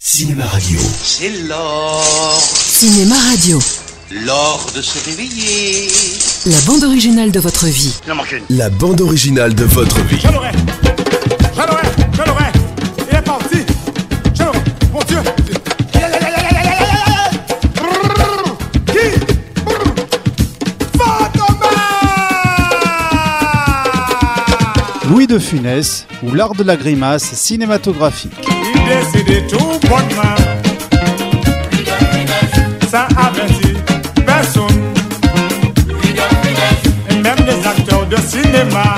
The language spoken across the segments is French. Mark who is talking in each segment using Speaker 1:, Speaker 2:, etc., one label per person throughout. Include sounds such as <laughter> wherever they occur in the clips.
Speaker 1: Cinéma Radio.
Speaker 2: C'est l'or,
Speaker 3: Cinéma Radio,
Speaker 2: l'or de se réveiller.
Speaker 3: la bande originale de votre vie.
Speaker 2: Il en manque une.
Speaker 1: La bande originale de votre vie.
Speaker 4: Je l'aurai Je l'aurai Je l'aurai Il est parti Je l'aurai Mon Dieu Qui Fantomas
Speaker 5: Louis de Funès ou l'art de la grimace cinématographique.
Speaker 4: Il décidait tout bonnement Sans avertir personne Et même les acteurs de cinéma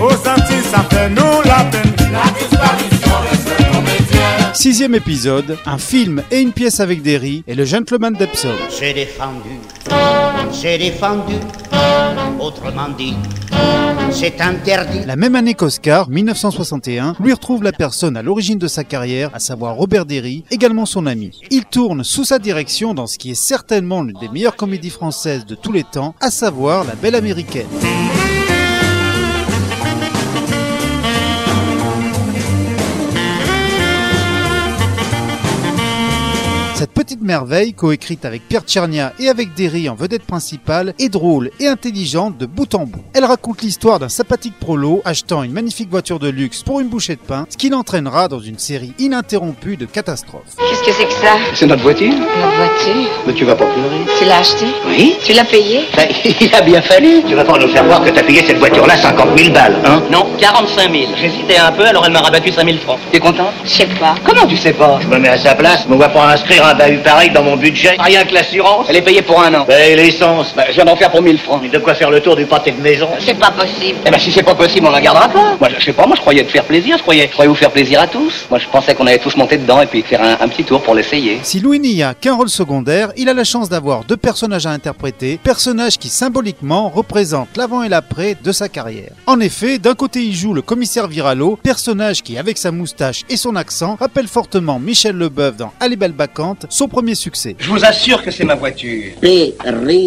Speaker 4: Aux Antilles ça fait nous la peine
Speaker 5: Sixième épisode, un film et une pièce avec des riz et le gentleman d'Epsom.
Speaker 6: J'ai défendu, j'ai défendu, autrement dit, c'est interdit.
Speaker 5: La même année qu'Oscar, 1961, lui retrouve la personne à l'origine de sa carrière, à savoir Robert Derry, également son ami. Il tourne sous sa direction dans ce qui est certainement l'une des meilleures comédies françaises de tous les temps, à savoir La Belle Américaine. Cette petite merveille, coécrite avec Pierre Tchernia et avec Derry en vedette principale, est drôle et intelligente de bout en bout. Elle raconte l'histoire d'un sympathique prolo achetant une magnifique voiture de luxe pour une bouchée de pain, ce qui l'entraînera dans une série ininterrompue de catastrophes.
Speaker 7: Qu'est-ce que c'est que ça
Speaker 8: C'est notre voiture
Speaker 7: Notre voiture.
Speaker 8: Mais tu vas pas pleurer.
Speaker 7: Tu l'as achetée
Speaker 8: Oui
Speaker 7: Tu l'as payée
Speaker 8: Ben, <laughs> Il a bien fallu. Tu vas pas nous faire voir que t'as payé cette voiture-là 50 000 balles, hein
Speaker 9: Non, 45 000. J'hésitais un peu, alors elle m'a rabattu 5 000 francs.
Speaker 8: T'es content
Speaker 7: Je sais pas.
Speaker 8: Comment tu sais pas Je me mets à sa place, me vois pas inscrire un bahut pareil dans mon budget. Rien que l'assurance. Elle est payée pour un an. Ben, l'essence. Ben, je viens d'en faire pour 1000 francs. Mais de quoi faire le tour du pâté de maison
Speaker 7: C'est pas possible.
Speaker 8: Eh ben, si c'est pas possible, on la gardera pas. Moi, je, je sais pas, moi, je croyais te faire plaisir, je croyais, je croyais vous faire plaisir à tous. Moi, je pensais qu'on allait tous monter dedans et puis faire un, un petit tour pour l'essayer.
Speaker 5: Si Louis n'y a qu'un rôle secondaire, il a la chance d'avoir deux personnages à interpréter, personnages qui symboliquement représentent l'avant et l'après de sa carrière. En effet, d'un côté il joue le commissaire Viralo, personnage qui avec sa moustache et son accent rappelle fortement Michel Leboeuf dans Allez belle bacante, son premier succès.
Speaker 8: Je vous assure que c'est ma voiture.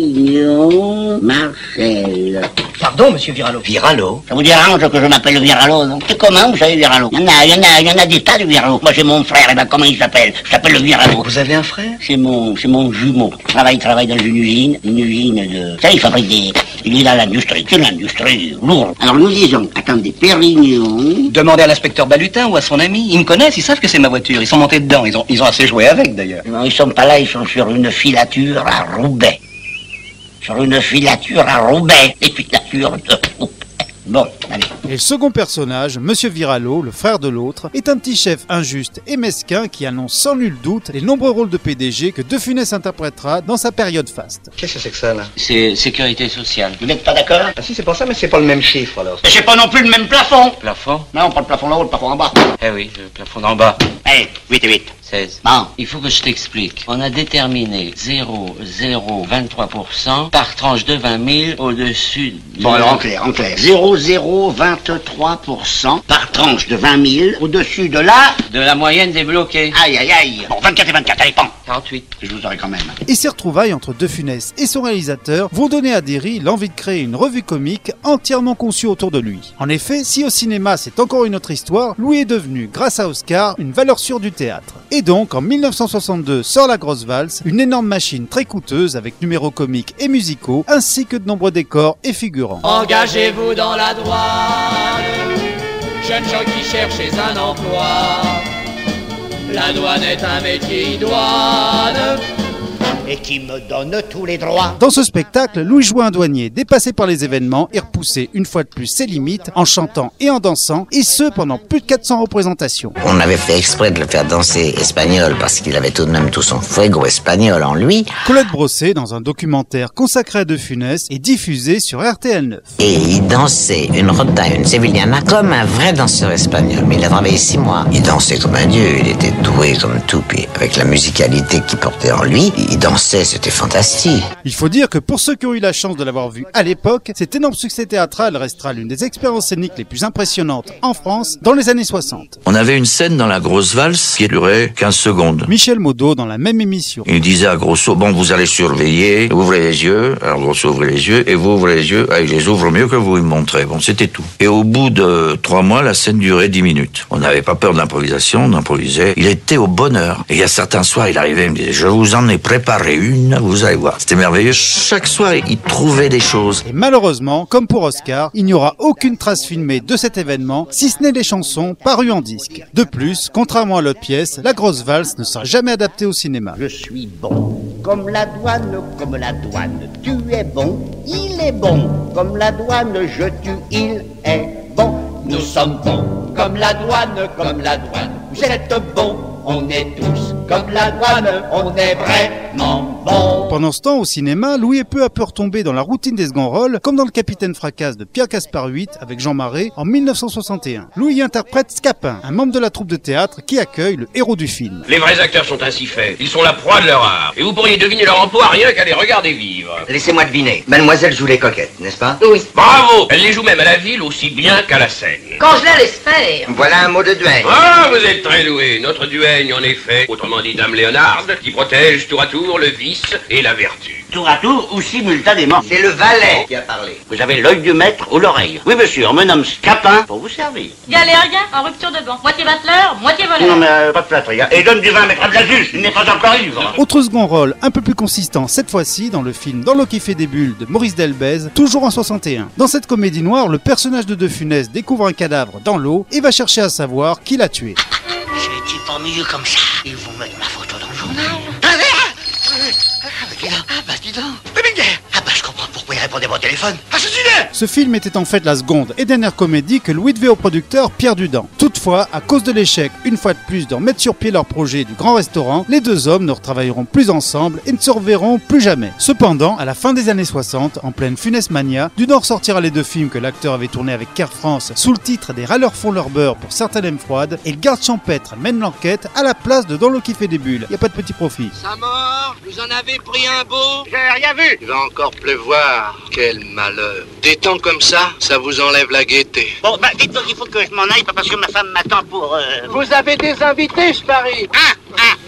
Speaker 6: Pérignon Marcel.
Speaker 8: Pardon, monsieur Viralo. Viralo
Speaker 6: Ça vous dérange que je m'appelle Viralo, non C'est comment, vous savez, Viralo Il y en a, il y en a, il y en a des tas de Viralo. Moi, j'ai mon frère, et ben comment il s'appelle Je s'appelle le Viralo.
Speaker 8: Vous avez un frère
Speaker 6: C'est mon, c'est mon jumeau. Il travaille, travaille dans une usine, une usine de... Ça, il fabrique des... Il est dans l'industrie, c'est l'industrie lourde. Alors, nous disons, attendez, Pérignon...
Speaker 8: Demandez à l'inspecteur Balutin ou à son ami. Ils me connaissent, ils savent que c'est ma voiture. Ils sont montés dedans. Ils ont, ils ont assez joué avec, d'ailleurs.
Speaker 6: Non, ils sont pas là, ils sont sur une filature à Roubaix. Sur une filature à Roubaix. Les filatures de Roubaix. Bon, allez.
Speaker 5: Et le second personnage, Monsieur Viralo, le frère de l'autre, est un petit chef injuste et mesquin qui annonce sans nul doute les nombreux rôles de PDG que De Funès interprétera dans sa période faste.
Speaker 8: Qu'est-ce que c'est que ça, là
Speaker 9: C'est sécurité sociale.
Speaker 6: Vous n'êtes pas d'accord
Speaker 8: Ah si, c'est pour ça, mais c'est pas le même chiffre, alors.
Speaker 6: Et C'est pas non plus le même plafond.
Speaker 9: Plafond
Speaker 6: Non, on prend le plafond là-haut, le plafond en bas.
Speaker 9: Eh oui, le plafond d'en bas.
Speaker 6: Allez, 8 et 8.
Speaker 9: 16.
Speaker 6: Bon.
Speaker 9: Il faut que je t'explique. On a déterminé 0,023% par tranche de 20 000 au-dessus de...
Speaker 6: Bon, alors en clair, en clair. 0,023% par tranche de 20 000. Au-dessus de là,
Speaker 9: De la moyenne débloquée.
Speaker 6: aïe, aïe, aïe. Bon, 24 et 24, allez, pan.
Speaker 9: 48.
Speaker 6: Je vous aurai quand même.
Speaker 5: Et ces retrouvailles entre De Funès et son réalisateur vont donner à Derry l'envie de créer une revue comique entièrement conçue autour de lui. En effet, si au cinéma c'est encore une autre histoire, Louis est devenu, grâce à Oscar, une valeur sûre du théâtre. Et donc, en 1962 sort La Grosse Valse, une énorme machine très coûteuse avec numéros comiques et musicaux, ainsi que de nombreux décors et figurants.
Speaker 10: Engagez-vous dans la douane, jeunes gens qui cherchez un emploi. La douane est un métier douane.
Speaker 6: Et qui me donne tous les droits.
Speaker 5: Dans ce spectacle, Louis joue un douanier dépassé par les événements et repoussé une fois de plus ses limites en chantant et en dansant, et ce pendant plus de 400 représentations.
Speaker 11: On avait fait exprès de le faire danser espagnol parce qu'il avait tout de même tout son fuego espagnol en lui.
Speaker 5: Colette Brossé, dans un documentaire consacré à De Funès, est diffusé sur RTL9.
Speaker 11: Et il dansait une rota, une sevillana, comme un vrai danseur espagnol. Mais il a travaillé six mois. Il dansait comme un dieu, il était doué comme tout. Puis avec la musicalité qu'il portait en lui, il dansait dansait, c'était fantastique.
Speaker 5: Il faut dire que pour ceux qui ont eu la chance de l'avoir vu à l'époque, cet énorme succès théâtral restera l'une des expériences scéniques les plus impressionnantes en France dans les années 60.
Speaker 12: On avait une scène dans la grosse valse qui durait 15 secondes.
Speaker 5: Michel Modo, dans la même émission,
Speaker 12: Il disait à Grosso, bon, vous allez surveiller, ouvrez les yeux. Alors Grosso ouvre les yeux et vous ouvrez les yeux. Ah, il les ouvre mieux que vous, il me montrez. Bon, c'était tout. Et au bout de trois mois, la scène durait dix minutes. On n'avait pas peur de l'improvisation, on improvisait. Il était au bonheur. Et il y a certains soirs, il arrivait, il me disait, je vous en ai préparé une, vous allez voir. C'était merveilleux. Chaque soir, il trouvait des choses.
Speaker 5: Et malheureusement, comme pour Oscar, il n'y aura aucune trace filmée de cet événement, si ce n'est des chansons parues en disque. De plus, contrairement à l'autre pièce, La Grosse Valse ne sera jamais adaptée au cinéma.
Speaker 13: Je suis bon, comme la douane, comme la douane. Tu es bon, il est bon, comme la douane. Je tue, il est bon. Nous sommes bons,
Speaker 10: Comme la douane, comme la douane, vous êtes bon, on est tous comme la douane, on est vraiment bon.
Speaker 5: Pendant ce temps, au cinéma, Louis est peu à peu retombé dans la routine des second rôles, comme dans Le Capitaine Fracasse de Pierre Caspar VIII avec Jean Marais en 1961. Louis y interprète Scapin, un membre de la troupe de théâtre qui accueille le héros du film.
Speaker 14: Les vrais acteurs sont ainsi faits. Ils sont la proie de leur art. Et vous pourriez deviner leur emploi rien qu'à les regarder vivre.
Speaker 6: Laissez-moi deviner. Mademoiselle joue les coquettes, n'est-ce pas
Speaker 14: Oui. Bravo Elle les joue même à la ville aussi bien qu'à la scène.
Speaker 15: Quand je la laisse faire.
Speaker 6: Voilà un mot de duel.
Speaker 14: Ah, vous êtes très doué. Notre duègne, en effet, autrement dit Dame Léonarde, qui protège tour à tour le vice et la vertu.
Speaker 6: Tour à tour ou simultanément. C'est le valet qui a parlé. Vous avez l'œil du maître ou l'oreille. Oui, monsieur, on me nomme Scapin pour vous servir.
Speaker 15: Galérien en rupture de banc. Moitié battleur, moitié voleur.
Speaker 6: Non, mais euh, pas de flatterie. hein. Et donne du vin, maître Ablazus, il n'est pas encore ivre.
Speaker 5: Autre second rôle un peu plus consistant cette fois-ci dans le film Dans l'eau qui fait des bulles de Maurice Delbez, toujours en 61. Dans cette comédie noire, le personnage de De Funès découvre un cadavre dans l'eau et va chercher à savoir qui l'a tué.
Speaker 6: Je dis pas mieux comme ça. Ils vont mettre ma photo dans le journal. Ah, bah dis donc. Ah, bah dis donc. Ah, bah je comprends pourquoi il répondait pas au téléphone.
Speaker 5: Ce film était en fait la seconde et dernière comédie que Louis devait au producteur Pierre Dudan. Toutefois, à cause de l'échec, une fois de plus, d'en mettre sur pied leur projet du grand restaurant, les deux hommes ne retravailleront plus ensemble et ne se reverront plus jamais. Cependant, à la fin des années 60, en pleine funeste mania, Dudan sortira les deux films que l'acteur avait tournés avec Care France sous le titre des râleurs font leur beurre pour certaines aimes froides et le garde champêtre mène l'enquête à la place de Dans l'eau qui fait des bulles. Y a pas de petit profit.
Speaker 10: Sa mort, vous en avez pris un beau
Speaker 8: J'ai rien vu.
Speaker 2: Il va encore pleuvoir. Quel malheur. Des temps comme ça, ça vous enlève la gaieté.
Speaker 6: Bon, bah dites donc qu'il faut que je m'en aille, pas parce que ma femme m'attend pour... euh,
Speaker 10: Vous avez des invités, je parie.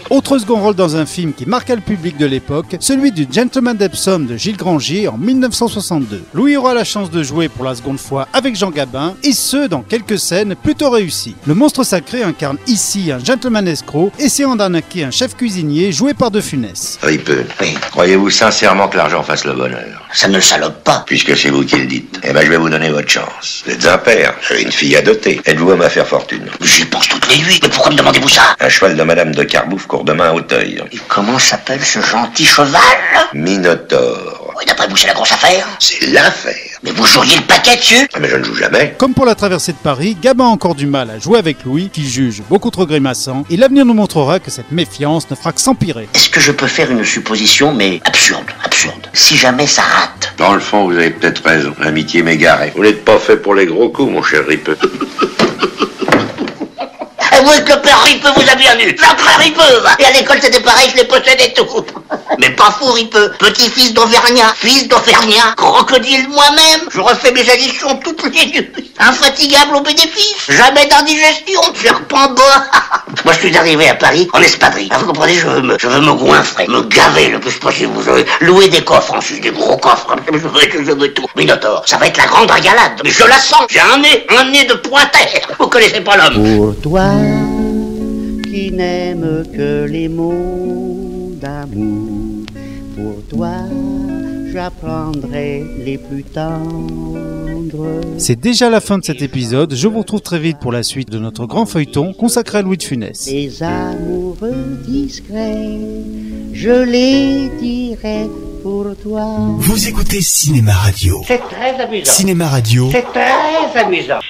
Speaker 5: Autre second rôle dans un film qui marqua le public de l'époque, celui du Gentleman d'Epsom de Gilles Grangier en 1962. Louis aura la chance de jouer pour la seconde fois avec Jean Gabin, et ce, dans quelques scènes plutôt réussies. Le monstre sacré incarne ici un gentleman escroc, essayant d'arnaquer un chef cuisinier joué par De Funès.
Speaker 16: Ripeux. Croyez-vous sincèrement que l'argent fasse le bonheur
Speaker 6: Ça ne le salope pas.
Speaker 16: Puisque c'est vous qui le dites. Eh ben, je vais vous donner votre chance. Vous êtes un père. J'ai une fille à doter. Êtes-vous homme à faire fortune
Speaker 6: J'y pense toutes les nuits, mais pourquoi me demandez-vous ça
Speaker 16: Un cheval de Madame de Carbouf court demain à Auteuil.
Speaker 6: Et comment s'appelle ce gentil cheval
Speaker 16: Minotaure.
Speaker 6: Oui, d'après vous, c'est la grosse affaire
Speaker 16: C'est l'affaire.
Speaker 6: Mais vous joueriez le paquet dessus
Speaker 16: Ah, Mais je ne joue jamais.
Speaker 5: Comme pour la traversée de Paris, Gabin a encore du mal à jouer avec Louis, qui juge beaucoup trop grimaçant, et l'avenir nous montrera que cette méfiance ne fera que s'empirer.
Speaker 6: Est-ce que je peux faire une supposition, mais absurde, absurde Si jamais ça rate,
Speaker 16: Dans le fond, vous avez peut-être raison. L'amitié m'égarait. Vous n'êtes pas fait pour les gros coups, mon cher Ripeux.
Speaker 6: Eh, vous êtes le père Ripeux, vous avez bien eu L'entrée Ripeux, va. Et à l'école, c'était pareil, je les possédais tout <laughs> Mais pas fou, Ripeux Petit-fils d'Auvergnat, fils d'Auvergnat, crocodile moi-même Je refais mes additions toutes les nuits Infatigable au bénéfice Jamais d'indigestion, je reprends bas <laughs> Moi, je suis arrivé à Paris en espadrille. Ah, vous comprenez, je veux me, je veux me goinfrer, me gaver le plus possible. Vous savez, louer des coffres ensuite, des gros coffres, <laughs> comme ça, je veux, je veux, je veux tout. Minotaur, ça va être la grande régalade. Mais je la sens, j'ai un nez, un nez de pointer. <laughs> Vous connaissez pas l'homme.
Speaker 13: Pour toi qui n'aime que les mots d'amour. Pour toi, j'apprendrai les plus tendres.
Speaker 5: C'est déjà la fin de cet épisode, je vous retrouve très vite pour la suite de notre grand feuilleton consacré à Louis de Funès.
Speaker 13: Les amoureux discrets, je les dirai pour toi.
Speaker 1: Vous écoutez Cinéma Radio.
Speaker 13: C'est très amusant.
Speaker 1: Cinéma Radio.
Speaker 13: très amusant.